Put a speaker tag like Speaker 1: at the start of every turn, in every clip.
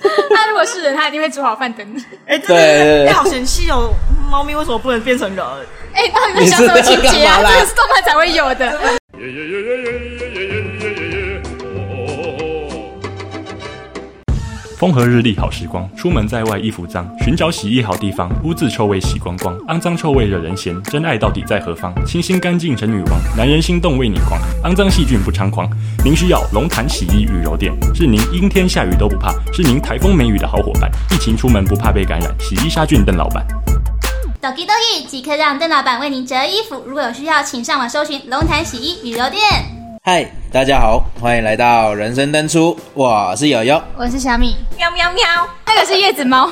Speaker 1: 它一定会煮好饭等你。
Speaker 2: 哎、对
Speaker 3: 对对
Speaker 2: 对对，
Speaker 3: 对
Speaker 2: 哎好神奇哦！猫咪为什么不能变成人？ 哦
Speaker 1: 哎、到底在想什么情节啊？
Speaker 3: 你是要干嘛啦
Speaker 1: 这个是动漫才会有的。
Speaker 4: 耶耶耶耶耶耶耶耶耶耶！哦。
Speaker 5: 风和日丽好时光，出门在外衣服脏，寻找洗衣好地方，污渍臭味洗光光，肮脏臭味惹人嫌，真爱到底在何方？清新干净成女王，男人心动为你狂，肮脏细菌不猖狂。您需要龙潭洗衣羽柔店，是您阴天下雨都不怕，是您台风梅雨的好伙伴，疫情出门不怕被感染，洗衣杀菌邓老板。
Speaker 6: 抖机抖意即刻让邓老板为您折衣服，如果有需要，请上网搜寻龙潭洗衣羽柔店。
Speaker 3: 嗨，大家好，欢迎来到人生登出，我是友友。
Speaker 6: 我是小米，
Speaker 1: 喵喵喵，那个是叶子 猫。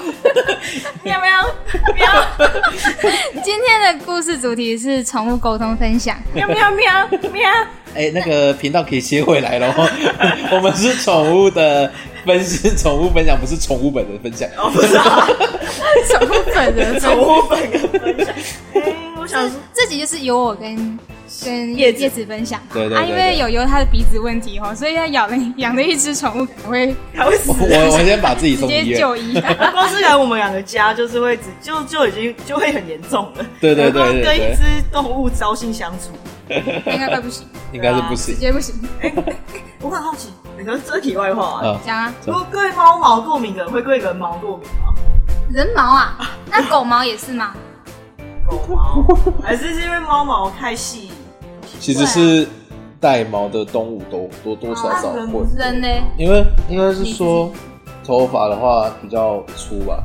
Speaker 2: 喵喵 喵
Speaker 6: 今天的故事主题是宠物沟通分 享。
Speaker 2: 喵喵喵喵！
Speaker 3: 哎、那个频道可以切回来了哦， 我们是宠物的分是宠物分享，不是宠物本人分享。
Speaker 2: 哦，不 知道，
Speaker 1: 宠物本人，
Speaker 2: 宠物本跟分享。哎我想说，
Speaker 6: 这集就是由我跟跟
Speaker 2: 叶子
Speaker 6: 叶子分享
Speaker 3: 对对
Speaker 1: 啊，
Speaker 3: 对
Speaker 1: 因
Speaker 3: 对
Speaker 1: 为友友他的鼻子问题哦，所以他养了养了一只宠物，可能会
Speaker 2: 它会死
Speaker 3: 我。我先把自己
Speaker 1: 直
Speaker 3: 送医
Speaker 1: 接
Speaker 3: 院。
Speaker 1: 就医。
Speaker 2: 光是来我们两个家，就是会只就就已经就会很严重了。
Speaker 3: 对对对
Speaker 2: 何况
Speaker 3: 对
Speaker 2: 跟
Speaker 3: 对
Speaker 2: 一只动物朝夕相处，
Speaker 1: 应该快不
Speaker 6: 啊
Speaker 1: 行，
Speaker 3: 应该是不行
Speaker 1: 直。接不行。
Speaker 2: 我很好奇。你说这题外话、啊，
Speaker 3: 嗯，
Speaker 1: 讲啊，
Speaker 2: 如果各位猫毛过敏的人，会对人毛过敏吗？
Speaker 6: 人毛啊，那狗毛也是吗？
Speaker 2: 狗毛，还是是因为猫毛太细？
Speaker 3: 其实是带毛的动物都多多少少会，
Speaker 6: 人呢？
Speaker 3: 因为应该是说头发的话比较粗吧，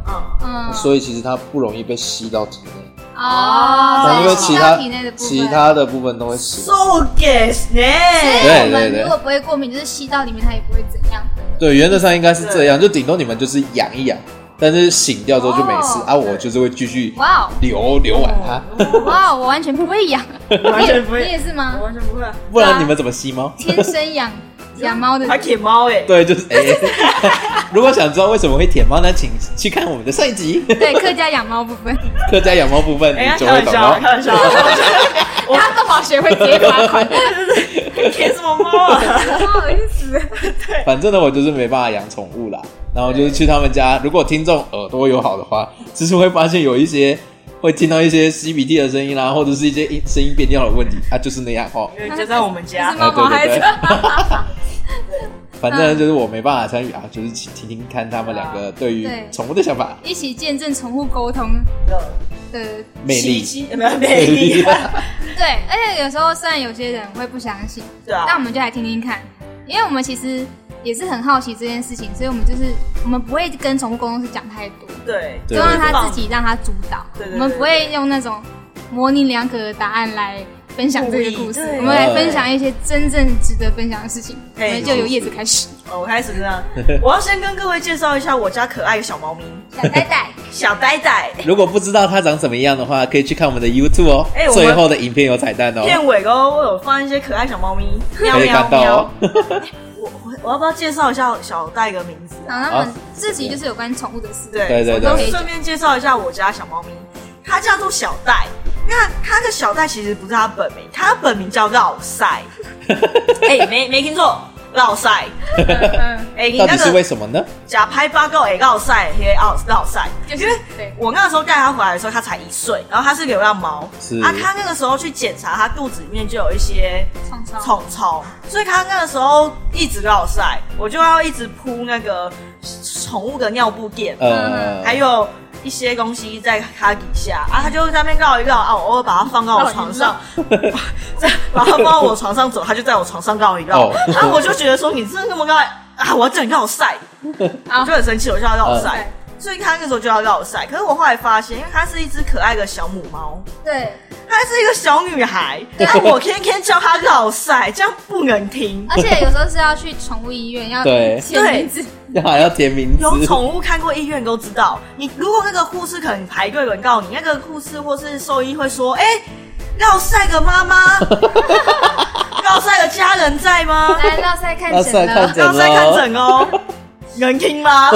Speaker 2: 嗯，
Speaker 6: 嗯，
Speaker 3: 所以其实它不容易被吸到体内。
Speaker 6: 哦，
Speaker 3: 那因为
Speaker 6: 所以
Speaker 3: 其
Speaker 6: 是
Speaker 3: 他
Speaker 6: 到体内的部分
Speaker 3: 其他的部分都会吸到。
Speaker 2: 受给谁？
Speaker 3: 对
Speaker 6: 我
Speaker 3: 对
Speaker 6: 们如
Speaker 3: 对
Speaker 6: 果不会过敏，就是吸到里面它也不会怎样。
Speaker 3: 对，原则上应该是这样，就顶多你们就是痒一痒，但是醒掉之后就没事
Speaker 6: 哦
Speaker 3: 啊。我就是会继续
Speaker 6: 哇哦，
Speaker 3: 流流完它，
Speaker 6: 哇哦，我完全不会养，
Speaker 2: 完全 不
Speaker 6: 你也
Speaker 2: 会，
Speaker 6: 是吗
Speaker 2: 我？完全不会，
Speaker 3: 不然你们怎么吸 猫？
Speaker 6: 天生养养猫的
Speaker 2: 还舔猫哎，
Speaker 3: 对，就是 哎。如果想知道为什么会舔猫呢，请去看我们的上一集
Speaker 6: 对客家养猫部 分，
Speaker 3: 客家养猫部分，
Speaker 2: 哎，
Speaker 3: 你
Speaker 2: 开
Speaker 3: 就会
Speaker 2: 玩
Speaker 3: 懂哦
Speaker 2: 笑，
Speaker 3: 猫
Speaker 2: 开。玩笑，
Speaker 1: 他动保学会直接罚款，
Speaker 2: 舔什么猫 啊？
Speaker 1: 不好意思。
Speaker 3: 反正呢，我就是没办法养宠物啦。然后就是去他们家，如果听众耳朵友好的话，其实会发现有一些会听到一些吸鼻涕的声音啦，或者是一些音声音变调的问题，啊，就是那样哦。
Speaker 2: 因为就在我们家
Speaker 1: 是，
Speaker 3: 啊，
Speaker 1: 猫
Speaker 3: 对
Speaker 1: 毛
Speaker 3: 对
Speaker 1: 孩子
Speaker 3: 对。 反正就是我没办法参与
Speaker 2: 嗯
Speaker 3: 啊，就是请听听看他们两
Speaker 2: 啊
Speaker 3: 个对于
Speaker 6: 对
Speaker 3: 宠物的想法，
Speaker 6: 一起见证宠物沟通的
Speaker 3: 魅力
Speaker 2: 奇，迹没有魅力，
Speaker 6: 对，而且有时候虽然有些人会不相信，
Speaker 2: 对啊
Speaker 6: 那我们就来听听看，因为我们其实也是很好奇这件事情，所以我们就是我们不会跟宠物沟通师讲太多，
Speaker 2: 对，
Speaker 6: 就
Speaker 3: 对
Speaker 6: 让
Speaker 3: 对
Speaker 6: 他自己让他主导，
Speaker 2: 对对
Speaker 6: 我
Speaker 2: 对
Speaker 6: 们不会用那种模棱两可的答案来。分享这个故事
Speaker 2: 故意对，
Speaker 6: 我们来分享一些真正值得分享的事情。我
Speaker 2: 嘿
Speaker 6: 们就由叶子开始。
Speaker 2: 哦我开始这样，我要先跟各位介绍一下我家可爱的小猫咪
Speaker 6: 小呆呆，
Speaker 2: 小呆呆，
Speaker 3: 如果不知道它长什么样的话，可以去看我们的 YouTube 哦
Speaker 2: 哎，我们
Speaker 3: 最后的影片有彩蛋哦，
Speaker 2: 片尾哦，我有放一些可爱小猫咪，喵
Speaker 3: 可以
Speaker 2: 喵
Speaker 3: 看到
Speaker 2: 喵
Speaker 3: 哦。。
Speaker 2: 我我我要不要介绍一下小戴的名字啊？
Speaker 6: 好，那我
Speaker 3: 好
Speaker 6: 们这集就是有关宠物的事。
Speaker 2: 对
Speaker 3: 对对
Speaker 2: 我
Speaker 3: 对
Speaker 2: 就顺便介绍一下我家小猫咪，它叫做小戴。那它的小戴其实不是它本名，它本名叫绕 塞。哎、没没听错，绕塞。 哎、你
Speaker 3: 到
Speaker 2: 那
Speaker 3: 底是为
Speaker 2: 个
Speaker 3: 什么呢？
Speaker 2: 假拍八告哎，绕塞嘿绕绕塞，
Speaker 1: 就是
Speaker 2: 因为。
Speaker 1: 对，
Speaker 2: 我那时候带它回来的时候，它才一岁，然后它是流浪猫，
Speaker 3: 是
Speaker 2: 啊，它那个时候去检查，它肚子里面就有一些
Speaker 6: 虫虫
Speaker 2: 虫虫，所以它那个时候一直绕塞，我就要一直铺那个宠物的尿布垫，
Speaker 3: 呃，
Speaker 2: 嗯还有一些东西在它底下啊，它就在那边绕一绕啊，我偶尔把它放到我床上， 再把它放到我床上走，它就在我床上绕一绕，
Speaker 3: 哦
Speaker 2: 然后我就觉得说你真的那么高啊，我要叫你绕晒，我就很生气，我就要绕晒。所以它那时候就要绕晒，可是我后来发现，因为它是一只可爱的小母猫，
Speaker 6: 对，
Speaker 2: 她是一个小女孩，但我天天叫她绕晒，这样不能听。
Speaker 6: 而且有时候是要去宠物医院，要
Speaker 3: 对
Speaker 6: 签名字，
Speaker 3: 还要填名字，
Speaker 2: 有宠物看过医院都知道，你如果那个护士可能排队轮到你，那个护士或是兽医会说：“哎、要晒个妈妈，要晒个家人在吗？
Speaker 6: 来绕赛看
Speaker 3: 要
Speaker 6: 诊
Speaker 3: 晒看
Speaker 6: 了。
Speaker 3: 诊
Speaker 2: 要晒看
Speaker 3: 哦，
Speaker 2: 诊哦，能听吗？”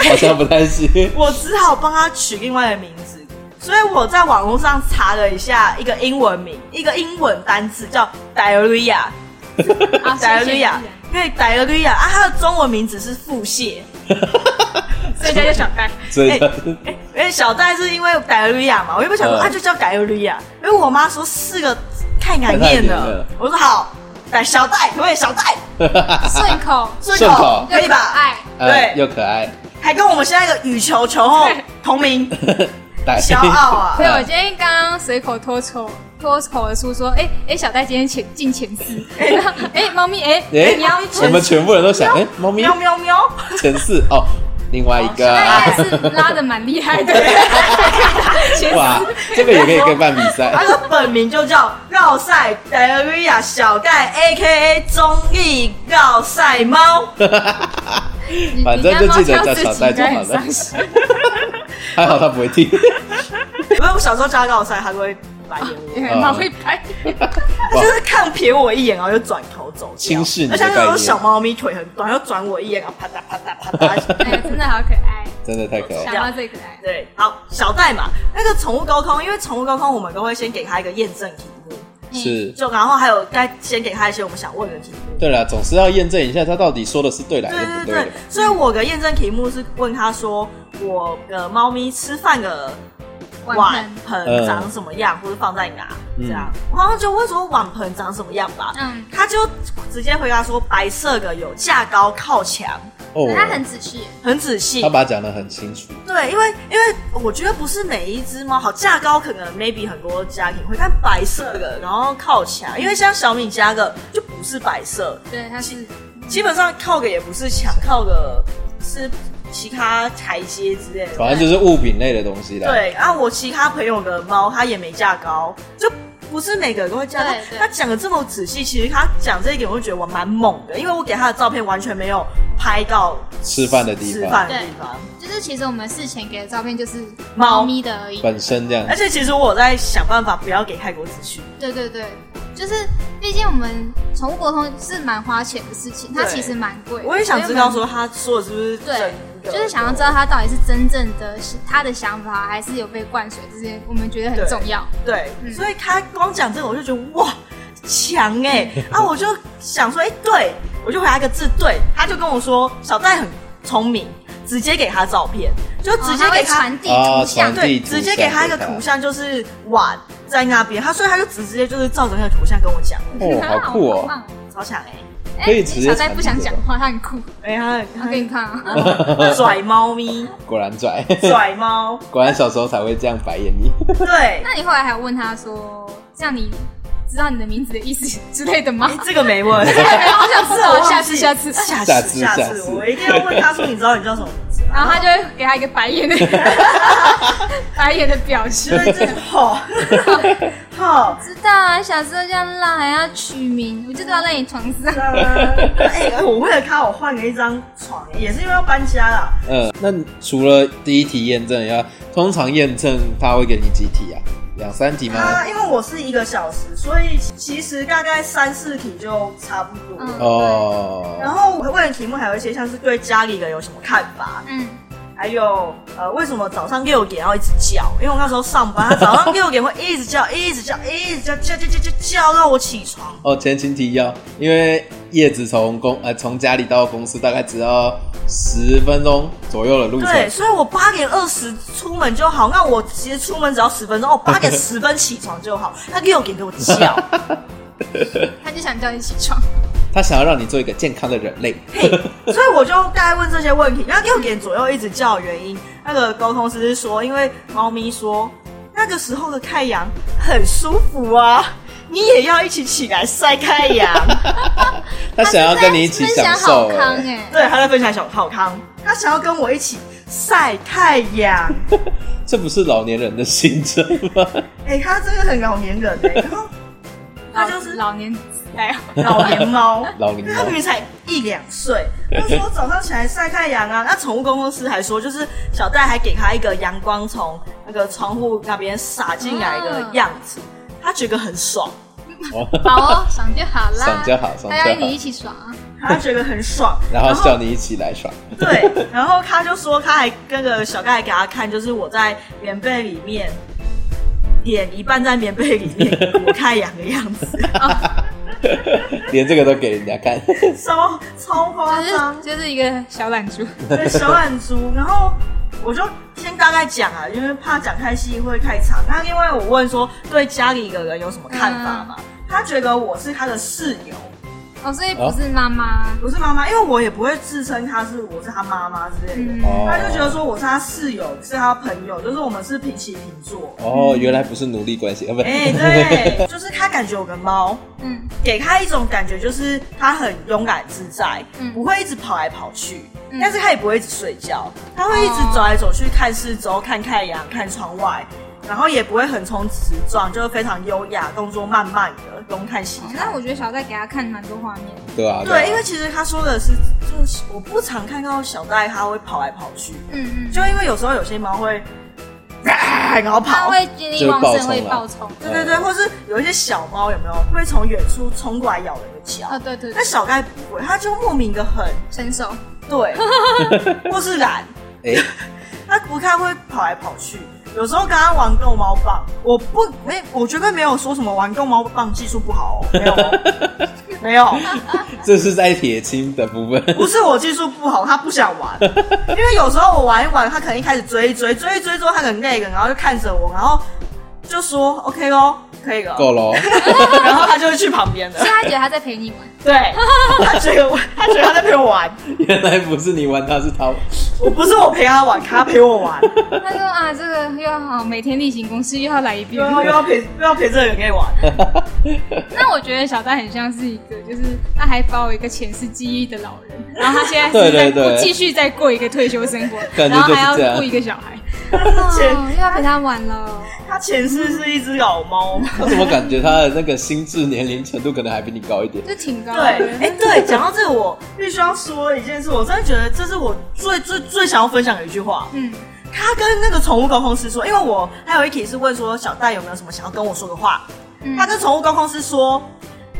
Speaker 3: 好
Speaker 2: 以
Speaker 3: 像不太 行。
Speaker 2: 我只好帮他取另外的名字。所以我在网络上查了一下一个英文名，一个英文单词叫 diarrhea，
Speaker 6: 啊谢谢
Speaker 2: diarrhea，因为逮了个呀啊，它的中文名字是腹泻，
Speaker 1: 所以叫小 戴。
Speaker 3: 所以
Speaker 2: 哎
Speaker 3: 他
Speaker 2: 因为小戴是因为逮了个呀嘛，我原本想说
Speaker 3: 嗯
Speaker 2: 啊就叫逮了个呀，因为我妈说四个太难
Speaker 3: 太难
Speaker 2: 念
Speaker 3: 念
Speaker 2: 了
Speaker 3: 了，
Speaker 2: 我说好，逮小戴，可不可以小戴
Speaker 6: 顺口
Speaker 2: 顺
Speaker 3: 顺
Speaker 2: 口
Speaker 3: 口
Speaker 2: 可以吧？
Speaker 6: 爱，
Speaker 3: 呃
Speaker 2: 对
Speaker 3: 啊又可爱，
Speaker 2: 还跟我们现在的羽球球后同 名，
Speaker 3: 带
Speaker 2: 骄 傲啊！
Speaker 6: 所以我今天刚刚随口脱口脱口而出说，哎、哎、小戴今天前进前四，然后哎、猫咪哎、
Speaker 3: 哎
Speaker 6: 你要，
Speaker 3: 我们全部人都想，哎，猫咪
Speaker 2: 喵喵喵，
Speaker 3: 城市哦，另外一个
Speaker 6: 那
Speaker 3: 啊，
Speaker 6: 也哎是拉的蛮厉害的，
Speaker 3: 哇，这个也可以跟办比赛
Speaker 2: 他，的本名就叫绕赛戴尔瑞亚小盖 A K A 综艺绕 赛猫。
Speaker 6: 你
Speaker 3: 反
Speaker 6: 你
Speaker 3: 正
Speaker 6: 家
Speaker 3: 就
Speaker 6: 猫
Speaker 3: 记得
Speaker 6: 跳
Speaker 3: 叫
Speaker 6: 自
Speaker 3: 小
Speaker 6: 己
Speaker 3: 戴
Speaker 6: 应该
Speaker 3: 就好
Speaker 6: 很
Speaker 3: 了
Speaker 6: 伤心
Speaker 3: 还好他不会听。
Speaker 2: 因为我小时候叫他绕赛，他都会白眼我，
Speaker 3: 啊
Speaker 6: 对蛮会拍。
Speaker 2: 他就是看瞥我一眼，然后就转头走掉。
Speaker 3: 轻视你的
Speaker 2: 而且那
Speaker 3: 概
Speaker 2: 种
Speaker 3: 念
Speaker 2: 小猫咪腿很短，又转我一眼，然后啪嗒啪嗒啪嗒。
Speaker 6: 哎 呀，真的好可爱，
Speaker 3: 真的太可爱了。
Speaker 6: 小猫最可爱。
Speaker 2: 对，好，小戴嘛，那个宠物高空，因为宠物高空我们都会先给他一个验证题目，
Speaker 3: 是，
Speaker 2: 就然后还有再先给他一些我们想问的题目。
Speaker 3: 对了，总是要验证一下他到底说的是对的还是
Speaker 2: 对
Speaker 3: 不
Speaker 2: 对
Speaker 3: 对
Speaker 2: 对
Speaker 3: 的。，
Speaker 2: 所以我的验证题目是问他说，我的猫咪吃饭的碗
Speaker 6: 碗
Speaker 2: 盆
Speaker 3: 嗯
Speaker 2: 长什么样，或者放在哪
Speaker 3: 嗯
Speaker 2: 这样。我好像就问说碗盆长什么样吧，
Speaker 3: 哦
Speaker 6: 嗯，
Speaker 2: 他就直接回答说白色的有架高靠墙，
Speaker 3: 哦，
Speaker 6: 它很仔细，
Speaker 2: 很仔细
Speaker 3: 他。把它讲的很清楚。
Speaker 2: 对，因为因为我觉得不是每一只猫好架高，可能 maybe 很多家庭会看白色的，然后靠墙，因为像小米家的就不是白色，
Speaker 6: 对，它是
Speaker 2: 基本上靠个也不是墙，靠个是其他台阶之类
Speaker 3: 反
Speaker 2: 的。
Speaker 3: 正就是物品类的东西啦。，
Speaker 2: 对，啊，我其他朋友的猫它也没架高，就不是每个人都会架高
Speaker 6: 对。对
Speaker 2: 他讲的这么仔细，其实他讲这一点，我会觉得我蛮猛的，因为我给他的照片完全没有拍到
Speaker 3: 吃饭的地
Speaker 2: 吃
Speaker 3: 方
Speaker 2: 饭的地方。
Speaker 6: 就是其实我们事前给的照片就是
Speaker 2: 猫
Speaker 6: 猫咪的而已。
Speaker 3: 本身这样
Speaker 2: 而，且其实我在想办法不要给太多资讯。
Speaker 6: 对对对，就是毕竟我们宠物沟通是蛮花钱的事情，它
Speaker 2: 对
Speaker 6: 其实蛮贵的。
Speaker 2: 我也想知
Speaker 6: 所以
Speaker 2: 道
Speaker 6: 们
Speaker 2: 说他说的是不是
Speaker 6: 对
Speaker 2: 真，的，
Speaker 6: 就是想要知道他到底是真正的他的想法，还是有被灌水这些，我们觉得很重要。
Speaker 2: 对，
Speaker 6: 嗯
Speaker 2: 所以他光讲这个，我就觉得哇强哎、 啊！我就想说，哎、对，我就回他一个字对，他就跟我说小戴很聪明，直接给他照片，就直接
Speaker 6: 哦它
Speaker 2: 给
Speaker 6: 会
Speaker 2: 他。
Speaker 6: 传递
Speaker 3: 啊
Speaker 6: 图像，
Speaker 3: 传递
Speaker 2: 对，
Speaker 3: 图
Speaker 2: 直接给他一个
Speaker 3: 像给他
Speaker 2: 图像，就是碗在那边，他所以他就直接就是照着那个图像跟我讲，
Speaker 3: 哦，好酷哦，
Speaker 6: 棒！
Speaker 2: 超强哎、
Speaker 6: 哎
Speaker 3: 可以直接
Speaker 6: 小戴不想讲话，他很酷。
Speaker 2: 哎、呀，
Speaker 6: 我给你看 啊，
Speaker 2: 他拽 猫咪，
Speaker 3: 果然拽，
Speaker 2: 拽猫，
Speaker 3: 果然小时候才会这样白眼你。
Speaker 2: 对，
Speaker 6: 那你后来还有问他说，这样你知道你的名字的意思之类的吗
Speaker 2: 哎？这个没 问，
Speaker 6: 好想知道，
Speaker 2: 忘记
Speaker 6: 下次下次。
Speaker 2: 下
Speaker 3: 下
Speaker 2: 次
Speaker 3: 次
Speaker 2: 下
Speaker 3: 下
Speaker 2: 次，
Speaker 3: 次
Speaker 2: 我一定要问他说，你知道你叫什么名字吗？
Speaker 6: 然后他就会给他一个白眼 的白眼的表情。
Speaker 2: 对，这好，好。
Speaker 6: 知道啊，小时候这样浪还要取名，我就道在你床上。
Speaker 2: 哎、我为了他，我换了一张床，也是因为要搬家啦。
Speaker 3: 嗯，那除了第一题验证以外，通常验证他会给你几题啊？两三题吗？
Speaker 2: 他因为我是一个小时，所以其实大概三四题就差不多了。
Speaker 6: 嗯
Speaker 2: 然
Speaker 3: 哦，
Speaker 2: 后我问的题目还有一些像是对家里人有什么看法，
Speaker 6: 嗯，
Speaker 2: 还有呃为什么早上六点要一直叫？因为我那时候上班，他早上六点会一直叫，一直叫，一直叫，叫叫叫叫叫到我起床。
Speaker 3: 哦，前情提要，因为叶子从公呃从家里到公司大概只要十分钟左右的路程，
Speaker 2: 对，所以我八点二十出门就好。那我其实出门只要十分钟，我八点十分起床就好。那六点给我叫，
Speaker 6: 他就想叫你起床。
Speaker 3: 他想要让你做一个健康的人 类。
Speaker 2: 嘿，所以我就大概问这些问题。那六点左右一直叫的原因，那个沟通师是说，因为猫咪说那个时候的太阳很舒服啊，你也要一起起来晒太阳。
Speaker 3: 他想要跟你一起享受、
Speaker 6: 分享好康哎、
Speaker 2: 对，他在分享小好康，他想要跟我一起晒太阳。
Speaker 3: 这不是老年人的心声吗？
Speaker 2: 哎、他真的很老年人哎、然后他就是
Speaker 6: 老年代哦。
Speaker 2: 老年猫。
Speaker 3: 老龄
Speaker 2: 因为他
Speaker 3: 猫
Speaker 2: 明明才一两岁，他说早上起来晒太阳啊。那宠物公司还说，就是小戴还给他一个阳光从那个窗户那边洒进来的样子，他觉得很爽，
Speaker 6: 好哦，爽就好啦，
Speaker 3: 爽就好爽就好
Speaker 6: 大家你一起爽啊！
Speaker 2: 他觉得很爽
Speaker 3: 。然后叫你一起来耍，
Speaker 2: 对，然后他就说他还那个小盖给他看，就是我在棉被里面， 脸一半在棉被里面我太阳的样子。
Speaker 3: 连这个都给人家看，
Speaker 2: 超超夸张
Speaker 1: 就，是就是一个小懒猪，
Speaker 2: 对小懒猪。然后我就先大概讲啊，因为怕讲太细会太长。那因为我问说对家里一个人有什么看法嘛，他觉得我是他的室友，
Speaker 6: 哦，所以不是妈妈，
Speaker 2: 不是妈妈，因为我也不会自称他是我是他妈妈之类的。
Speaker 6: 嗯，
Speaker 3: 哦
Speaker 2: 他就觉得说我是他室友，是他朋友，就是我们是平起平坐。
Speaker 3: 哦，原来不是奴隶关系，啊，不，
Speaker 2: 嗯哎、对，就是他感觉有个猫，
Speaker 6: 嗯
Speaker 2: 给他一种感觉就是他很勇敢自在，
Speaker 6: 嗯
Speaker 2: 不会一直跑来跑去，
Speaker 6: 嗯哦
Speaker 2: 但是他也不会一直睡觉，他会一直走来走去，看四周，看太阳，看窗外，然后也不会横冲直撞，就是非常优雅，动作慢慢的，东看西
Speaker 6: 哦
Speaker 2: 看。
Speaker 6: 那我觉得小戴给他看蛮多画面，
Speaker 3: 对啊，啊
Speaker 2: 对，因为其实他说的是，就是我不常看到小戴他会跑来跑去，
Speaker 6: 嗯嗯，
Speaker 2: 就因为有时候有些猫会，然
Speaker 6: 他
Speaker 2: 后跑，
Speaker 6: 会精力旺盛，会爆冲，
Speaker 2: 对对对，或是有一些小猫有没有会从远处冲过来咬人的脚？
Speaker 6: 哦对对
Speaker 2: 那
Speaker 6: 对，
Speaker 2: 小盖不会，它就莫名的很
Speaker 6: 成熟，
Speaker 2: 对，或是懒，
Speaker 3: 哎，
Speaker 2: 它不太会跑来跑去。有时候跟它玩逗猫棒，我不没，我绝对没有说什么玩逗猫棒技术不好哦，没有哦，没有，
Speaker 3: 这是在铁青的部分，
Speaker 2: 不是我技术不好，它不想玩，因为有时候我玩一玩，它可能一开始追一追，追一追之后它很累了，然后就看着我，然后就说 OK 咯，可以了，
Speaker 3: 够了，哦
Speaker 2: 然后它就会去旁边的
Speaker 6: 所以。他觉得他在陪你玩，
Speaker 2: 对，他觉得我，他觉得他在陪我玩，
Speaker 3: 原来不是你玩，他是他，
Speaker 2: 我不是我陪他玩，他陪我玩，
Speaker 6: 他说啊，这个又要好，每天例行公啊事又要来一遍
Speaker 2: 又。啊要又要陪又要陪这个人可以玩，
Speaker 1: 那我觉得小戴很像是一个，就是他还保有一个前世记忆的老人，然后他现在
Speaker 3: 对
Speaker 1: 是在
Speaker 3: 对
Speaker 1: 过
Speaker 3: 对
Speaker 1: 继续在过一个退休生活，
Speaker 3: 感觉就
Speaker 1: 然
Speaker 3: 是
Speaker 1: 后还
Speaker 3: 这
Speaker 1: 要
Speaker 3: 样
Speaker 1: 雇一个小孩，
Speaker 6: 哦，又要陪他玩了。
Speaker 2: 他前世是一只老猫。
Speaker 6: 嗯
Speaker 3: 我怎么感觉他的那个心智年龄程度可能还比你高一点？
Speaker 6: 就挺高
Speaker 2: 对，
Speaker 6: 的。
Speaker 2: 哎、对，讲到这个，我必须要说一件事，我真的觉得这是我最最最想要分享的一句话。
Speaker 6: 嗯，
Speaker 2: 他跟那个宠物沟通师说，因为我还有一题是问说小戴有没有什么想要跟我说的话，
Speaker 6: 嗯
Speaker 2: 他跟宠物沟通师说。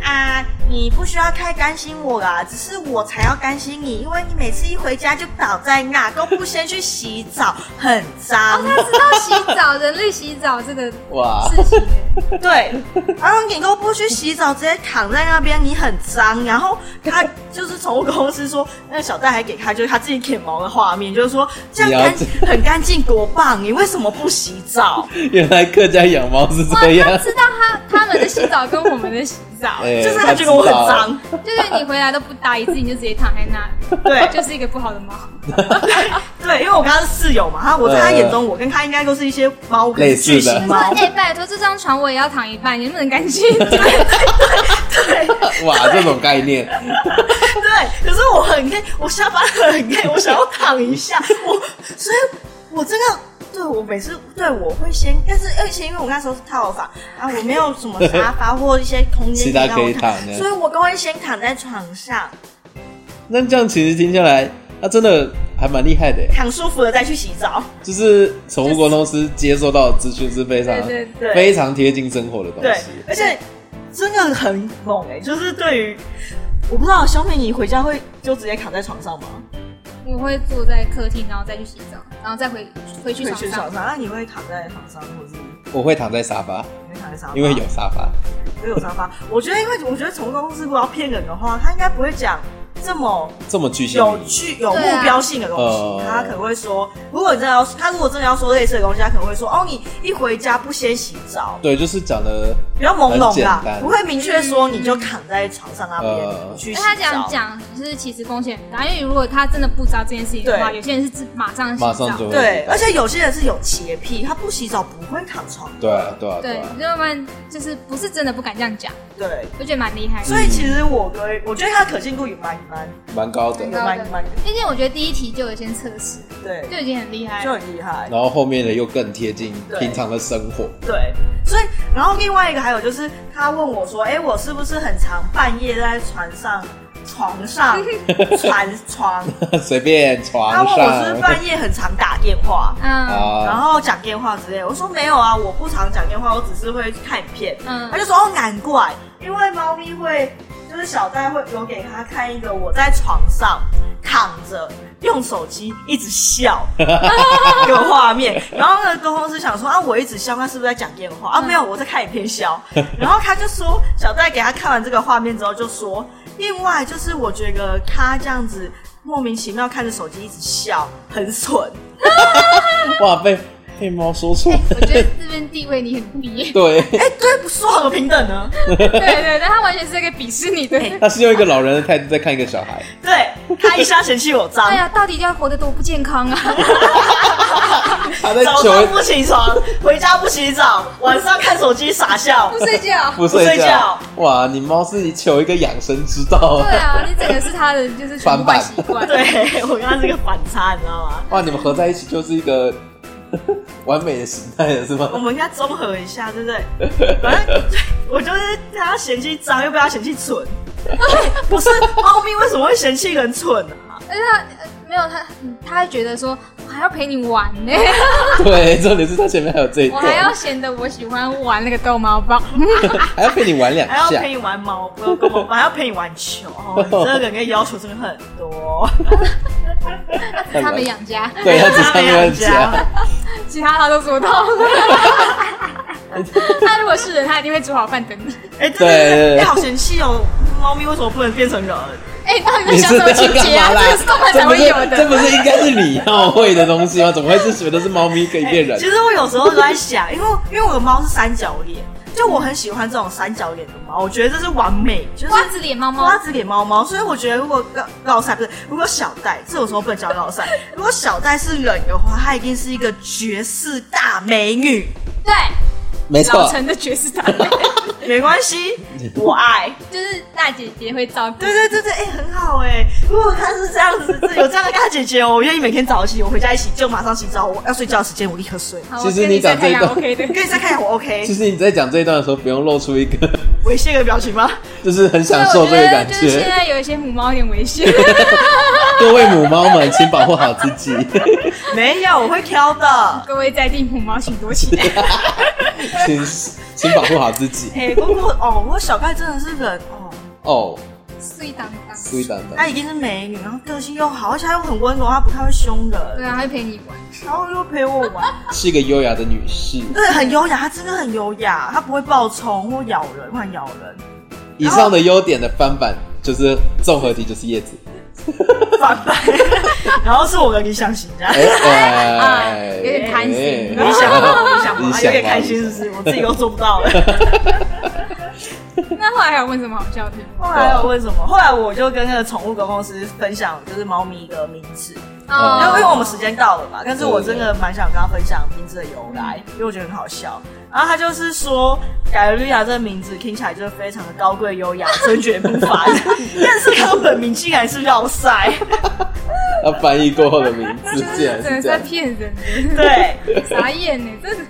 Speaker 2: 啊，你不需要太担心我啦，只是我才要担心你，因为你每次一回家就倒在那，都不先去洗澡，很脏。
Speaker 6: 哦他知道洗澡，人类洗澡这个
Speaker 3: 哇，
Speaker 6: 事 情耶，
Speaker 2: 对，然后你都不去洗澡，直接躺在那边，你很脏。然后他就是宠物公司说，那个小戴还给他就是他自己舔毛的画面，就是说这样干
Speaker 3: 了
Speaker 2: 很干净多棒，你为什么不洗 澡？
Speaker 3: 原来客家养猫是
Speaker 6: 哇，
Speaker 3: 这
Speaker 6: 他
Speaker 3: 样，
Speaker 6: 知道他他们的洗澡跟我们的洗澡，
Speaker 3: 哎
Speaker 2: 就是他觉得我很，脏，
Speaker 6: 就是你回来都不搭一次，你就直接躺在那里，
Speaker 2: 对
Speaker 6: 就是一个不好的猫。
Speaker 2: 对，因为我跟他是室友嘛，他我在他
Speaker 3: 呃
Speaker 2: 眼中，我跟他应该都是一些猫，可能
Speaker 3: 类
Speaker 2: 是
Speaker 3: 似的
Speaker 2: 巨型
Speaker 6: 他说
Speaker 2: 猫：“。
Speaker 6: 哎、拜托，这张床我也要躺一半，你能不能干 净？
Speaker 3: 他知道 哇，这种概念，
Speaker 2: 对，可是我很累，我下班很累，我想要躺 一下，我所以，我真的。对，我每次对我会先，但是而且因为我那时候是套房啊，我没有什么沙发或一些空间
Speaker 3: 其他
Speaker 2: 让我
Speaker 3: 可以
Speaker 2: 躺
Speaker 3: 躺的
Speaker 2: 所以我都会先躺在床上，
Speaker 3: 那这样其实听下来，他真的还蛮厉害的耶，
Speaker 2: 躺舒服了再去洗澡。
Speaker 3: 就是宠物沟通师接收到的资讯是非常
Speaker 6: 对对
Speaker 2: 对
Speaker 3: 非常贴近生活的东
Speaker 2: 对
Speaker 3: 西，，
Speaker 2: 而且真的很猛哎、就是对于我不知道小美，你回家会就直接躺在床上吗？
Speaker 6: 我会坐在客厅，然后再去洗澡，然后再回回去
Speaker 2: 回
Speaker 6: 床
Speaker 2: 去
Speaker 6: 上
Speaker 2: 床。上，那你会躺在床上，或者是你
Speaker 3: 我会躺在沙发，
Speaker 2: 会躺在沙发？
Speaker 3: 因为有沙发，
Speaker 2: 我有沙发。我觉得，因为我觉得宠物公司如果要骗人的话，他应该不会讲这么
Speaker 3: 这么具象
Speaker 2: 有
Speaker 3: 意义，
Speaker 2: 趣、有目
Speaker 6: 对啊
Speaker 2: 标性的东
Speaker 3: 呃
Speaker 2: 西。他可能会说，如果你真的要，他如果真的要说类似的东西，他可能会说，哦，你一回家不先洗澡，
Speaker 3: 对，就是讲的
Speaker 2: 比较朦胧啦
Speaker 3: 很简，单
Speaker 2: 不会明确说你就躺在床上啊那边
Speaker 3: 呃
Speaker 2: 去洗
Speaker 6: 因为
Speaker 2: 澡。
Speaker 6: 哎他这样讲，就是其实风险很大，因为如果他真的不知道这件事情的话，
Speaker 2: 对
Speaker 6: 有些人是自马上洗澡，
Speaker 3: 马上就会
Speaker 2: 对，而且有些人是有洁癖，他不洗澡不会躺床。
Speaker 3: 对啊对啊对
Speaker 6: 对
Speaker 3: 啊，，
Speaker 6: 要不然就是不是真的不敢这样讲，
Speaker 2: 对，
Speaker 6: 我觉得蛮厉害的。
Speaker 2: 所以其实我跟我觉得他的可信度也蛮蛮
Speaker 3: 蛮高的，
Speaker 6: 高
Speaker 2: 蛮
Speaker 6: 的
Speaker 2: 蛮
Speaker 6: 毕竟我觉得第一题就有先测试，
Speaker 2: 对，
Speaker 6: 就已经很厉害
Speaker 2: 就
Speaker 6: 了。
Speaker 2: 很厉害。
Speaker 3: 然后后面的又更贴近
Speaker 2: 对
Speaker 3: 平常的生活，
Speaker 2: 对，所以然后另外一个还有就是，他问我说：“哎、我是不是很常半夜在船上、床上、船床？”
Speaker 3: 随便
Speaker 2: 他
Speaker 3: 床
Speaker 2: 问我是不
Speaker 3: 上
Speaker 2: 是半夜很常打电话，
Speaker 6: 嗯，
Speaker 2: 然
Speaker 3: 啊，
Speaker 2: 后讲电话之类的。我说没有啊，我不常讲电话，我只是会看影片。
Speaker 6: 嗯
Speaker 2: 他就说：“哦，难怪，因为猫咪会，就是小戴会有给他看一个我在床上躺着用手机一直 笑，有画面。然后那个沟通师想说啊，我一直笑，他是不是在讲电话啊？没有，我在看影片笑。然后他就说，小戴给他看完这个画面之后就说，另外就是我觉得他这样子莫名其妙看着手机一直笑，很损。
Speaker 3: 哇，被被猫说错，。
Speaker 6: 我觉得这边地位你很低
Speaker 3: 对，
Speaker 2: 哎、对，不是好平等呢？
Speaker 1: 对对，但他完全是一个鄙视你的。
Speaker 2: 哎
Speaker 3: 他是用一个老人的态度在看一个小孩，
Speaker 2: 对他一下嫌弃我脏
Speaker 6: 哎， 呀，到底要活得多不健康啊！
Speaker 3: 他在
Speaker 2: 早上
Speaker 3: 求
Speaker 2: 不起床，回家不洗澡，晚上看手机傻笑。
Speaker 1: 不睡觉，
Speaker 3: 不
Speaker 2: 睡
Speaker 3: 睡觉
Speaker 2: 觉。
Speaker 3: 哇，你猫是你求一个养生之道
Speaker 6: 对。啊，你整个是他的就是全部坏习惯。
Speaker 2: 对我跟他是个反差，你知道吗？
Speaker 3: 哇，你们合在一起就是一个 完美的形态了，是
Speaker 2: 我
Speaker 3: 吗？
Speaker 2: 们应该综合一下，对不对？反正我就是被他嫌弃脏，又被他嫌弃蠢。哎不是猫咪为什么会嫌弃人蠢啊？
Speaker 6: 但是他呃没有他，他会觉得说我还要陪你玩 呢，
Speaker 3: 对，重点是他前面还有这一
Speaker 6: 我
Speaker 3: 段，
Speaker 6: 还要显得我喜欢玩那个逗猫 棒。
Speaker 3: 还要陪你玩两
Speaker 2: 还要
Speaker 3: 下
Speaker 2: 陪。你玩猫，不要跟我玩，还要陪你玩球。哦、你这个人跟要求真的很多。
Speaker 6: 他没养家，
Speaker 3: 对，他只 上
Speaker 2: 没
Speaker 3: 面
Speaker 2: 有
Speaker 3: 家，
Speaker 6: 其他他都做到 了。他如果是人，他一定会煮好饭等 你。
Speaker 2: 哎、对
Speaker 3: 对对
Speaker 2: 对对，
Speaker 3: 对
Speaker 2: 哎好嫌弃哦！猫咪为什么不能变成人？
Speaker 6: 哎，到底在
Speaker 3: 你
Speaker 6: 想
Speaker 3: 是
Speaker 6: 什么
Speaker 3: 在
Speaker 6: 情节
Speaker 3: 干嘛
Speaker 6: 啊？
Speaker 3: 啦
Speaker 6: 这个是动？漫才
Speaker 3: 这不
Speaker 6: 会
Speaker 3: 是
Speaker 6: 有的。
Speaker 3: 这不是应该是你要会的东西吗？怎么会是觉得是猫咪可以变人
Speaker 2: 其？实我有时候都在想，因为因为我的猫是三角脸，就我很喜欢这种三角脸的猫，我觉得这是完美，就是
Speaker 6: 瓜子脸猫猫
Speaker 2: 瓜，子脸猫猫。所以我觉得，如果老老赛不是，如果小戴，这有时候不能叫老赛，如果小戴是人的话，她一定是一个绝世大美女。
Speaker 6: 对，
Speaker 3: 没
Speaker 1: 老
Speaker 3: 错，
Speaker 1: 陈的爵士打，
Speaker 2: 没关系，我爱。
Speaker 6: 就是大姐姐会照顾
Speaker 2: 对。对对对，哎、很好哎、如果她是这样子，有这样的大姐姐，我愿意每天早起，我回家一洗就马上洗澡，我要睡觉的时间我立刻睡。
Speaker 6: 好，
Speaker 3: 其
Speaker 6: 我
Speaker 3: 实
Speaker 6: 跟
Speaker 3: 你讲
Speaker 6: 在
Speaker 3: 这
Speaker 6: 太
Speaker 3: 一
Speaker 6: 阳
Speaker 3: 段
Speaker 6: OK 的。
Speaker 2: 你可以再看我 OK，
Speaker 3: 其实你在讲这一段的时候，不用露出一个
Speaker 2: 猥亵的表情吗？
Speaker 3: 就是很享
Speaker 6: 所以
Speaker 3: 受
Speaker 6: 我
Speaker 3: 这
Speaker 6: 觉
Speaker 3: 个
Speaker 6: 得
Speaker 3: 感
Speaker 6: 就是啊现
Speaker 3: 觉。
Speaker 6: 在有一些母猫有点危险。
Speaker 3: 各位母猫们，请保护好自己。
Speaker 2: 没有，我会挑的。
Speaker 1: 各位在地母猫请躲起 来。
Speaker 3: 请请保护好自己
Speaker 2: 哎、不过哦，不过小盖真的是人哦，
Speaker 3: 哦，
Speaker 6: 碎当当。
Speaker 3: 注意等等
Speaker 2: 她。已经是美女，然后个性又好，而且她又很温柔，她不太会凶
Speaker 6: 对
Speaker 2: 人，
Speaker 6: 啊，会陪你玩。
Speaker 2: 然后又陪我玩，
Speaker 3: 是一个优雅的女士。
Speaker 2: 对，很优雅，她真的很优雅，她不会暴冲或咬人，乱咬人，
Speaker 3: 以上的优点的翻版就是综合题，就是叶子。
Speaker 2: 反白， 然后是我的理想型这样。
Speaker 3: 哎哎，
Speaker 6: 啊有点贪心
Speaker 2: 理想哦化，理想化，有点开心是
Speaker 3: 理
Speaker 2: 不 是？我自己都做不到了。
Speaker 1: 那后来还有问什么好笑的？
Speaker 3: 哦
Speaker 2: 后来我问什么？后来我就跟那个宠物狗公司分享，就是猫咪的名字，
Speaker 3: 哦
Speaker 2: 因为因为我们时间到了嘛，但是我真的蛮想跟他分享名字的由来，因为我觉得很好笑。然后他就是说，凯尔利亚这个名字听起来就非常的高贵优雅、尊爵不凡，但是他本名竟然是绕塞，
Speaker 3: 要翻译过后的名字，竟然
Speaker 1: 真的
Speaker 3: 是
Speaker 1: 是
Speaker 3: 这
Speaker 1: 在
Speaker 3: 样。
Speaker 1: 骗人的，
Speaker 2: 对，
Speaker 1: 傻眼呢，真的。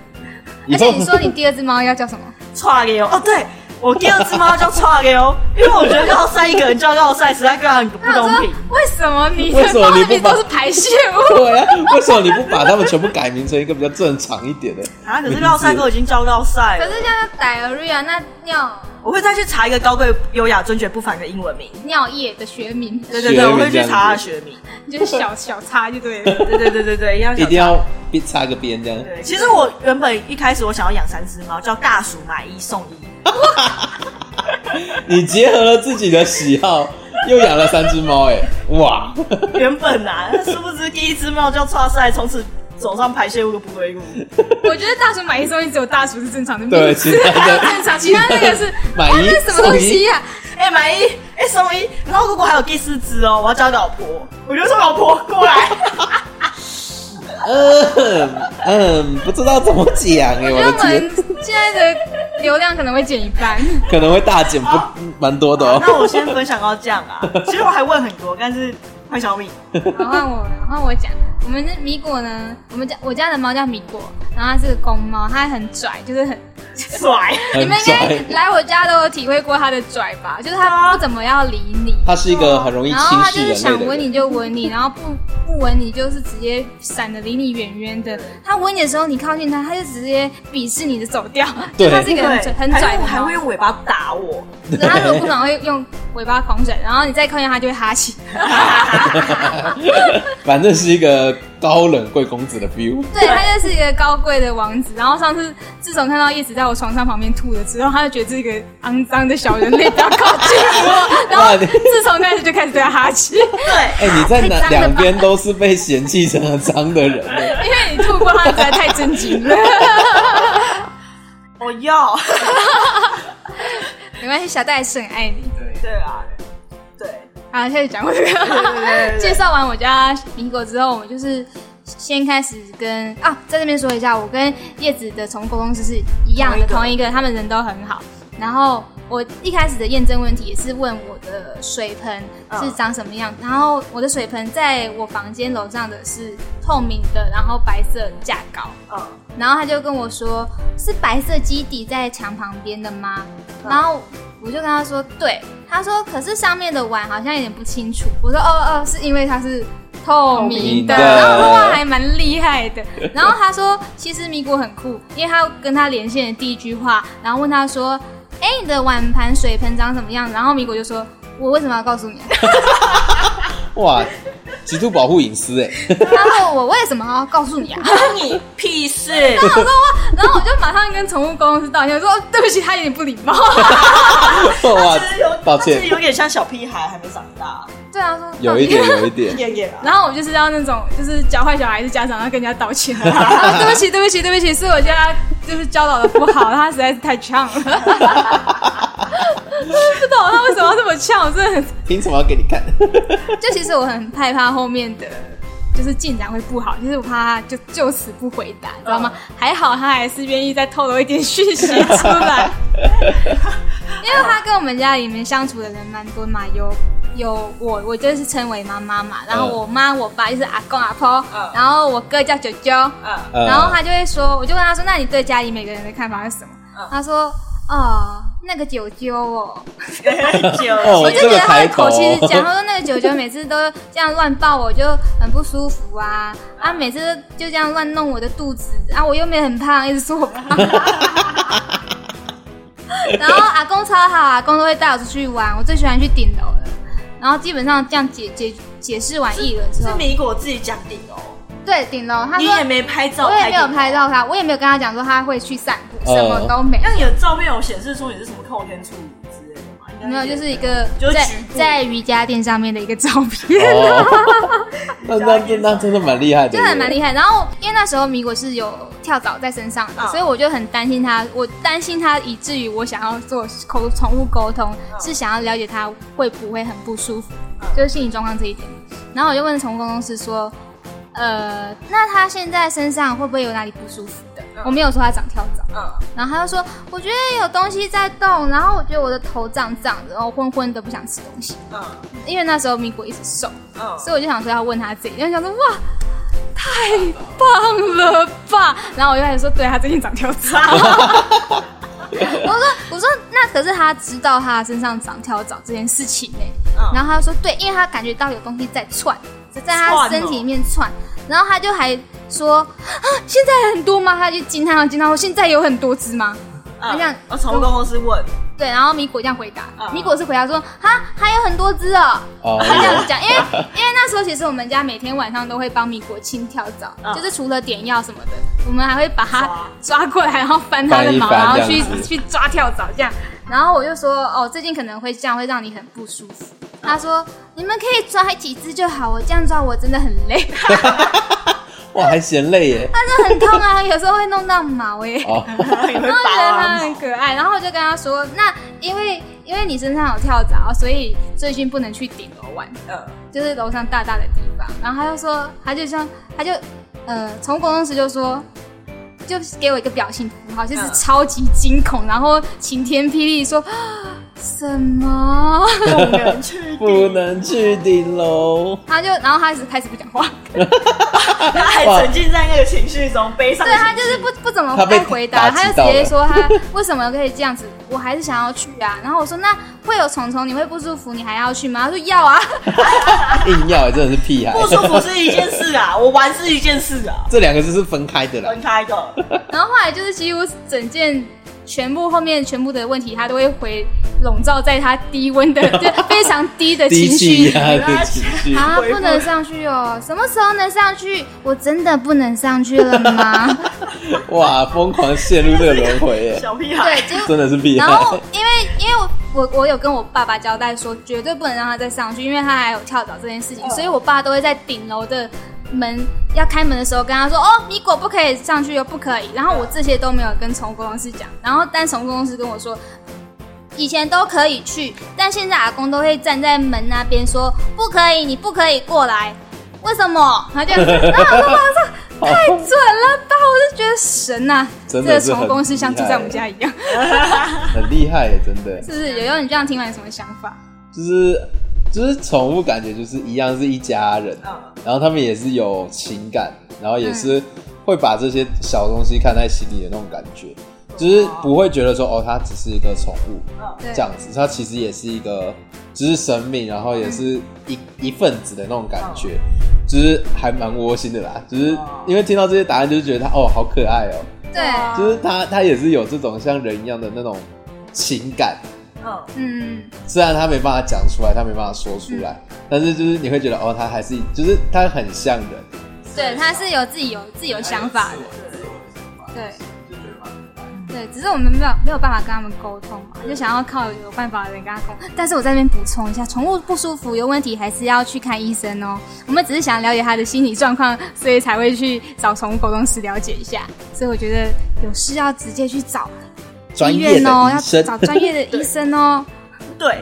Speaker 3: 以
Speaker 6: 而且
Speaker 3: 后
Speaker 6: 你说你第二只猫要叫什么？
Speaker 2: 串给哦，对。我第二只猫叫串给哦，因为我觉得绕塞一个人叫绕塞实在跟他很不公平。
Speaker 1: 为什么你
Speaker 3: 为
Speaker 1: 的
Speaker 3: 什么你
Speaker 1: 包
Speaker 3: 不
Speaker 1: 里
Speaker 3: 把
Speaker 1: 都是排泄物？
Speaker 3: 对啊，为什么你不把他们全部改名成一个比较正常一点的？
Speaker 2: 啊，可是绕塞都已经叫绕塞
Speaker 6: 可
Speaker 2: 了，
Speaker 6: 是像 diarrhea 那尿
Speaker 2: 我会再去查一个高贵优雅、尊爵不凡的英文名。
Speaker 6: 尿液的学名，
Speaker 2: 对对对，我会去查他的学名。
Speaker 1: 就是小 小差就对了。
Speaker 2: 对对对对对，一定要
Speaker 3: 一
Speaker 2: 想
Speaker 3: 定要边擦个边这样。
Speaker 2: 对，其实我原本一开始我想要养三只猫，叫大鼠买一送一。
Speaker 3: 你结合了自己的喜好，又养了三只猫，哎，哇！
Speaker 2: 原本啊，殊不知第一只猫叫叉赛，从此走上排泄物的不归路。
Speaker 1: 我觉得大叔买一送一只有大叔是正常的，
Speaker 3: 对，其 他的
Speaker 1: 正常，其他那个是
Speaker 3: 买一
Speaker 6: 这是什么
Speaker 3: 送
Speaker 6: 东
Speaker 3: 一
Speaker 6: 西，
Speaker 1: 啊
Speaker 6: 呀？
Speaker 2: 哎、买一，哎、送一。然后如果还有第四只哦，我要叫老婆，我就说老婆过来。
Speaker 3: 嗯嗯，不知道怎么讲哎，我
Speaker 6: 我
Speaker 3: 的
Speaker 6: 们
Speaker 3: 天，
Speaker 6: 现在的流量可能会减一半。
Speaker 3: 可能会大减不蛮多的哦。
Speaker 2: 那我先分享到这样啊。其实我还问很多，但是换小米。
Speaker 6: 然后换我，然后我讲，我们是米果呢，我们家我家的猫叫米果，然后它是个公猫，它很拽，就是很
Speaker 2: 拽，
Speaker 6: 你
Speaker 3: 很
Speaker 6: 们应该
Speaker 3: 拽。
Speaker 6: 来我家都有体会过他的拽吧？就是他不怎么要理你，
Speaker 3: 他是一个很容易
Speaker 6: 然
Speaker 3: 轻
Speaker 6: 后他就
Speaker 3: 视
Speaker 6: 是
Speaker 3: 人类
Speaker 6: 想
Speaker 3: 的
Speaker 6: 吻
Speaker 3: 人，
Speaker 6: 你就吻你，然后不不吻你就是直接闪的离你远远的。他吻你的时候，你靠近他，他就直接鄙视你的走掉。
Speaker 3: 对
Speaker 6: 就他是一个很拽
Speaker 2: 对
Speaker 6: 很
Speaker 2: 还
Speaker 6: 拽
Speaker 2: 会
Speaker 6: 的，
Speaker 2: 还会用尾巴打我，
Speaker 6: 对。他如果不爽会用尾巴狂甩，然后你再靠近他就会哈气。
Speaker 3: 反正是一个高冷贵公子的 view。
Speaker 6: 对他就是一个高贵的王子。然后上次自从看到叶子在我床上旁边吐了之后，他就觉得这个肮脏的小人类不要靠近我。然后
Speaker 3: 哇你
Speaker 6: 自从开始就开始对他哈 气，因
Speaker 2: 对，
Speaker 3: 哎、你在
Speaker 6: 太脏了吧
Speaker 3: 哪两边都是被嫌弃成了脏的人呢？
Speaker 6: 为你吐过他实在太震惊 了。
Speaker 2: 我要，
Speaker 6: 没关系，小戴也是很爱你。
Speaker 2: 对啊，对，
Speaker 6: 好，现在讲回这个。 介绍完我家苹果之后，我们就是先开始跟啊，在这边说一下，我跟叶子的宠物沟通师是一样的，同
Speaker 2: 同
Speaker 6: 一个，他们人都很好。然后我一开始的验证问题也是问我的水盆
Speaker 2: 嗯
Speaker 6: 是长什么样，然后我的水盆在我房间楼上的是透明的，然后白色架高。
Speaker 2: 嗯，
Speaker 6: 然后他就跟我说是白色基底在墙旁边的吗？
Speaker 3: 嗯
Speaker 6: 然后我就跟他说对，他说可是上面的碗好像有点不清楚。我说哦哦，是因为它是透明的。
Speaker 3: 透明的
Speaker 6: 然后我说哇，还蛮厉害 的。然后他说其实米果很酷，因为他跟他连线的第一句话，然后问他说，哎，你的碗盘水盆长什么样？然后米果就说。我为什么要告诉你啊、
Speaker 3: 哇，极度保护隐私哎、
Speaker 6: 他说我为什么要告诉你啊？
Speaker 2: 关你屁事，
Speaker 6: 然后我就马上跟宠物公司道歉，我说、哦、对不起，他有点不礼貌。啊
Speaker 3: 哇
Speaker 2: 就是有，
Speaker 3: 抱
Speaker 2: 他就是
Speaker 3: 歉，
Speaker 2: 有点像小屁孩还没长大，
Speaker 6: 对啊，说
Speaker 3: 有一点，有一点
Speaker 2: 一。点点啊，
Speaker 6: 然后我就是要那种就是教坏小孩子家长要跟人家道歉， 啊对不起，对不起，对不起，是我家就是教导的不好，他实在是太呛了。 不懂他为什么要这么呛，我真的很
Speaker 3: 凭什么要给你看？
Speaker 6: 就其实我很害怕后面的就是进展会不好，就是我怕他就就此不回答，你知道吗？
Speaker 2: 嗯
Speaker 6: 还好他还是愿意再透露一点讯息出 来，因为他跟我们家里面相处的人蛮多嘛，有。有我，我就是称为妈妈嘛，然后
Speaker 3: 嗯
Speaker 6: 我妈、我爸就是阿公阿婆，
Speaker 2: 嗯
Speaker 6: 然后我哥叫九九，
Speaker 2: 嗯，
Speaker 3: 呃
Speaker 6: 然后他就会说，我就问他说，那你对家里每个人的看法是什么？
Speaker 2: 嗯
Speaker 6: 他说，哦，那个九九哦，
Speaker 2: 就
Speaker 6: 我
Speaker 3: 哦
Speaker 6: 就
Speaker 3: 这
Speaker 6: 觉
Speaker 3: 个
Speaker 6: 得他
Speaker 3: 开
Speaker 6: 的口
Speaker 3: 头，
Speaker 6: 气是讲， 他说那个九九每次都这样乱抱我，就很不舒服啊啊，每次就这样乱弄我的肚子啊，我又没很胖，一直说我 胖。然后阿公超好，啊阿公都会带我出去玩，我最喜欢去顶楼了。然后基本上这样解解解释完意了之
Speaker 2: 是
Speaker 6: 后，
Speaker 2: 米果自己讲顶哦，
Speaker 6: 对顶楼，他
Speaker 2: 你
Speaker 6: 说
Speaker 2: 也没拍照，
Speaker 6: 我也没有拍
Speaker 2: 到。
Speaker 6: 到他，我也没有跟他讲说他会去散步，
Speaker 3: 嗯
Speaker 6: 什么都没有
Speaker 2: 那。你的照片有显示出你是什么靠天处女之类的吗？应该
Speaker 6: 没有，就是一个
Speaker 2: 就是
Speaker 6: 在
Speaker 2: 局部
Speaker 6: 在瑜伽垫上面的一个照片。
Speaker 3: 哦， 那那那那真的蛮厉害的，
Speaker 6: 真的蛮厉害。然后因为那时候米果是有跳蚤在身上的，
Speaker 2: 嗯
Speaker 6: 所以我就很担心他，我担心他以至于我想要做口宠物沟通，
Speaker 2: 嗯
Speaker 6: 是想要了解他会不会很不舒服，就是心理状况这一点。然后我就问宠物沟通师说，呃，那他现在身上会不会有哪里不舒服的？我没有说他长跳蚤。
Speaker 2: 嗯，
Speaker 6: 然后他就说，我觉得有东西在动，然后我觉得我的头胀胀的，然后昏昏的，不想吃东西。
Speaker 2: 嗯
Speaker 6: 因为那时候米果一直瘦，
Speaker 2: 嗯
Speaker 6: 所以我就想说要问他自己，因为想说哇，太棒了吧！然后我就开始说，对他最近长跳蚤。 我说我说那可是他知道他身上长跳蚤这件事情呢、欸
Speaker 2: 嗯
Speaker 6: 然后他就说对，因为他感觉到有东西在窜，在在
Speaker 2: 哦
Speaker 6: 他身体里面窜，然后他就还说啊，现在很多吗？他就惊叹了惊叹，我现在有很多只吗？
Speaker 2: 嗯，
Speaker 6: 这样
Speaker 2: 我从公司问，
Speaker 6: 对，然后米果这样回答，
Speaker 2: 嗯
Speaker 6: 米果是回答说哈，还有很多只哦。
Speaker 3: 哦，
Speaker 6: 他这样子讲，因为因为那时候其实我们家每天晚上都会帮米国清跳蚤，
Speaker 2: 嗯
Speaker 6: 就是除了点药什么的，我们还会把它
Speaker 2: 抓
Speaker 6: 抓过来，然后翻它的毛，
Speaker 3: 翻一翻
Speaker 6: 然后
Speaker 3: 这
Speaker 6: 去
Speaker 3: 样子
Speaker 6: 去抓跳蚤这样。然后我就说哦，最近可能会这样，会让你很不舒服。他说你们可以抓几只就好，我这样抓我真的很累，
Speaker 3: 哇，还嫌累耶，
Speaker 6: 它很痛啊，有时候会弄到毛哎、欸。
Speaker 3: 哦，
Speaker 2: 然后也会
Speaker 6: 然后觉得它
Speaker 2: 拔
Speaker 6: 很可爱，然后我就跟他说，那因为因为你身上有跳蚤，所以最近不能去顶楼玩。
Speaker 2: 嗯，
Speaker 6: 就是楼上大大的地方，然后他就说，他就像，他就，呃，从工程师就说，就给我一个表情符号，就是
Speaker 2: 嗯
Speaker 6: 超级惊恐，然后晴天霹雳说， 啊什么？
Speaker 2: 不能去
Speaker 3: 不能去顶楼，
Speaker 6: 他就，然后他开始开始不讲话，
Speaker 2: 他还沉浸在那个情绪中，悲伤。
Speaker 6: 对他就是不不怎么
Speaker 3: 他被
Speaker 6: 会回答，
Speaker 3: 打击
Speaker 6: 他就
Speaker 3: 到
Speaker 6: 直接
Speaker 3: 了
Speaker 6: 说他为什么可以这样子，我还是想要去啊。然后我说那会有虫虫，你会不舒服，你还要去吗？他说要啊，
Speaker 3: 硬要真的是屁孩。
Speaker 2: 不舒服是一件事啊，我玩是一件事啊，
Speaker 3: 这两个字是分开的啦
Speaker 2: 分，开的。
Speaker 6: 然后后来就是几乎整件全部后面全部的问题，他都会回笼罩在他低温的 就非常低的
Speaker 3: 低
Speaker 6: 情
Speaker 3: 气
Speaker 6: 绪。
Speaker 3: 压的情绪。
Speaker 6: 啊，
Speaker 2: 回复
Speaker 6: 不能上去哦！什么时候能上去？我真的不能上去了吗？
Speaker 3: 哇，疯狂陷入这个轮回耶，
Speaker 2: 小屁
Speaker 6: 对
Speaker 2: 孩，，
Speaker 6: 结果
Speaker 3: 真的是厉
Speaker 6: 然
Speaker 3: 害
Speaker 6: 后。因为因为我我我有跟我爸爸交代说，绝对不能让他再上去，因为他还有跳蚤这件事
Speaker 3: 嗯
Speaker 6: 情，所以我爸都会在顶楼的门要开门的时候跟他说：“哦，米果不可以上去哟，不可以。”然后我这些都没有跟宠物公司讲，然后但宠物公司跟我说。以前都可以去，但现在阿公都会站在门那边说：“不可以，你不可以过来。”为什么？他就， 然后我爸爸说：“太准了吧！”我就觉得神呐、这
Speaker 3: 真的
Speaker 6: 个
Speaker 3: 是很
Speaker 6: 宠物公司像
Speaker 3: 厉
Speaker 6: 住
Speaker 3: 害
Speaker 6: 在我们家一样。
Speaker 3: 很厉害耶，真的，
Speaker 6: 是不是？有有你这样听完有什么想法？
Speaker 3: 就是就是宠物，感觉就是一样是一家人，
Speaker 2: 嗯，
Speaker 3: 然后他们也是有情感，然后也是会把这些小东西看在心里的那种感觉，就是不会觉得说哦，它只是一个宠物
Speaker 6: 对
Speaker 3: 这样子，它其实也是一个只是生命，然后也是一一份子的那种感觉，就是还蛮窝心的啦。就是因为听到这些答案，就是觉得它哦好可爱哦，
Speaker 6: 对，
Speaker 2: 啊
Speaker 3: 就是它它也是有这种像人一样的那种情感，
Speaker 2: 嗯，
Speaker 6: 嗯，
Speaker 3: 虽然他没办法讲出来，他没办法说出来，但是就是你会觉得哦，他还是就是他很像人，
Speaker 6: 对，他是有自己有自己有想法的，对，对，只是我们没有没有办法跟他们沟通嘛，就想要靠有办法的人跟他沟通。但是我在这边补充一下，宠物不舒服有问题还是要去看医生哦。我们只是想了解他的心理状况，所以才会去找宠物沟通师了解一下。所以我觉得有事要直接去找
Speaker 3: 专
Speaker 6: 医
Speaker 3: 业
Speaker 6: 院哦，
Speaker 3: 的医
Speaker 6: 要
Speaker 3: 生。
Speaker 6: 找专业的医生哦，
Speaker 2: 对。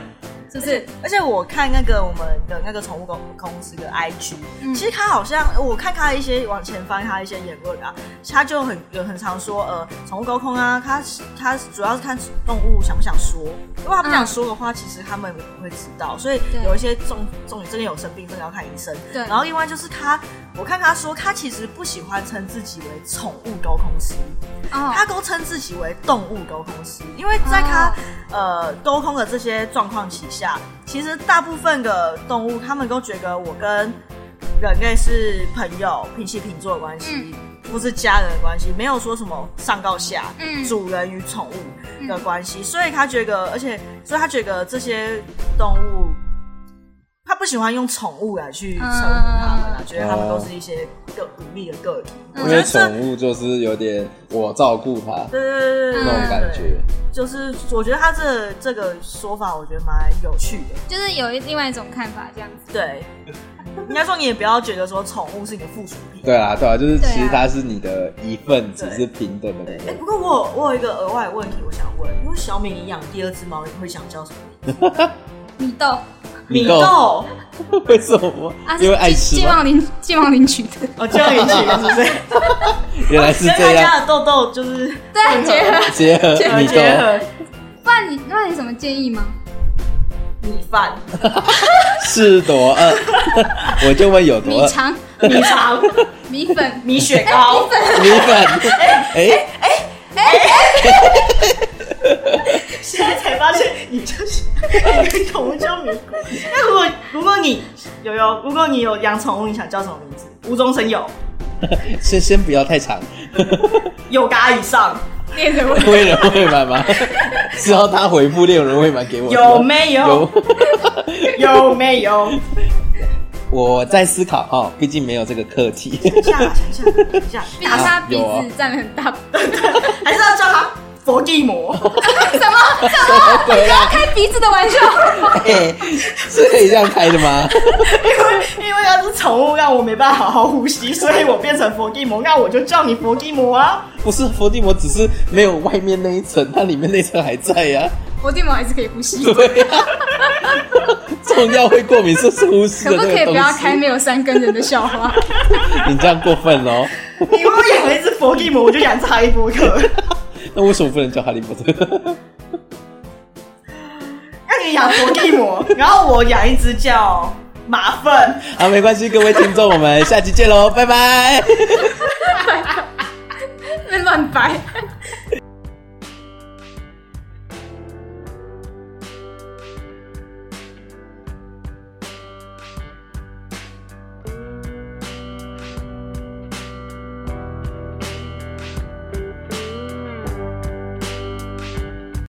Speaker 6: 是不是？
Speaker 2: 而且我看那个我们的那个宠物公公司的 IG，、
Speaker 6: 嗯
Speaker 2: 其实他好像呃我看他的一些往前翻他的一些言论啊，他就很有很常说呃宠物沟通啊，他他主要是看动物想不想说，如果他不想说的话，其实他们也不会知道，所以
Speaker 6: 嗯对
Speaker 2: 有一些重重真的有生病，真的要看医生。
Speaker 6: 对
Speaker 2: 然后另外就是他，我看他说他其实不喜欢称自己为宠物沟通师，
Speaker 6: 哦，
Speaker 2: 他都称自己为动物沟通师，因为在他、
Speaker 6: 哦
Speaker 2: 呃沟通的这些状况底下，其实大部分的动物他们都觉得我跟人类是朋友、平起平坐的关系，不是家人的关系，没有说什么上到下，
Speaker 6: 嗯
Speaker 2: 主人与宠物的关系，所以他觉得，而且所以他觉得这些动物。他不喜欢用宠物来去称呼他们啊，
Speaker 6: 嗯
Speaker 2: 觉得他们都是一些个独立的个体。我
Speaker 3: 因
Speaker 2: 觉得
Speaker 3: 为
Speaker 2: 这
Speaker 3: 宠物就是有点我照顾它
Speaker 2: 对对对
Speaker 6: 嗯
Speaker 2: 对
Speaker 3: 那种感觉，
Speaker 2: 就是我觉得他这这个说法，我觉得蛮有趣的。
Speaker 6: 就是有一另外一种看法这样子。
Speaker 2: 对，应该说你也不要觉得说宠物是你的附属品。
Speaker 3: 对啦对啊，就是
Speaker 6: 对啊
Speaker 3: 其实它是你的一份子，
Speaker 2: 对
Speaker 3: 是平等的。
Speaker 2: 哎、不过我有我有一个额外的问题，我想问，因为小米你养第二只猫，你会想叫什么名字？
Speaker 6: 米啊豆。
Speaker 3: 米
Speaker 2: 米
Speaker 3: 豆
Speaker 2: 豆，
Speaker 3: 为什么？因为爱吃
Speaker 6: 寄
Speaker 3: 吗？
Speaker 6: 望领寄望领取 的，
Speaker 2: 哦，叫名字是不 是？
Speaker 3: 原来 是
Speaker 2: 因为
Speaker 3: 这
Speaker 2: 他
Speaker 3: 样，
Speaker 2: 家的豆豆就是
Speaker 6: 对，结合。
Speaker 3: 结合米豆，
Speaker 2: 结合
Speaker 6: 不然你，那你有什么建议吗？
Speaker 2: 米饭、
Speaker 3: 是多饿， 我就问有啊多
Speaker 6: 米
Speaker 3: 饿。
Speaker 6: 肠、
Speaker 2: 米肠、
Speaker 6: 米粉、
Speaker 2: 米雪糕，
Speaker 3: 米 粉，哎，
Speaker 2: 现在才发现你就是哎你跟宠物叫米果。那如果如果你有有，如果你有养宠物，你想叫什么名字？无中生有，
Speaker 3: 先 先不要太长，
Speaker 2: 有嘎以上，
Speaker 6: 恋人味。
Speaker 3: 为人未 满吗？是要他回复恋人未满给我的吗？
Speaker 2: 有没有？ 有没有？
Speaker 3: 我在思考哦，毕竟没有这个课题。
Speaker 2: 等一下，等一下，等一下，
Speaker 6: 毕竟他鼻
Speaker 3: 有啊
Speaker 6: 子占了很 大，
Speaker 2: 还是要叫他佛地 魔。
Speaker 6: 什么
Speaker 3: 对啦，
Speaker 6: 开鼻子的玩笑？
Speaker 3: 哎是可以这样开的吗？
Speaker 2: 因为它是宠物，让我没办法好好呼吸，所以我变成佛地魔，那我就叫你佛地魔啊！
Speaker 3: 不是，伏地魔只是没有外面那一层，它里面那层还在呀、
Speaker 6: 我地毛还是可以呼吸，
Speaker 3: 对呀、 重要会过敏是呼吸
Speaker 6: 可
Speaker 3: 的
Speaker 6: 不
Speaker 3: 那
Speaker 6: 可以
Speaker 3: 个
Speaker 6: 不
Speaker 3: 东
Speaker 6: 要开
Speaker 3: 西。
Speaker 6: 没有三根人的笑话？
Speaker 3: 你这样过分哦。
Speaker 2: 你如果养了一只佛地魔，我就养只哈利波 特。
Speaker 3: 那为什么不能叫哈利波特？
Speaker 2: 那你养佛地魔，然后我养一只叫马粪。
Speaker 3: 好，没关系，各位听众，我们下期见喽，拜拜。
Speaker 6: 乱掰。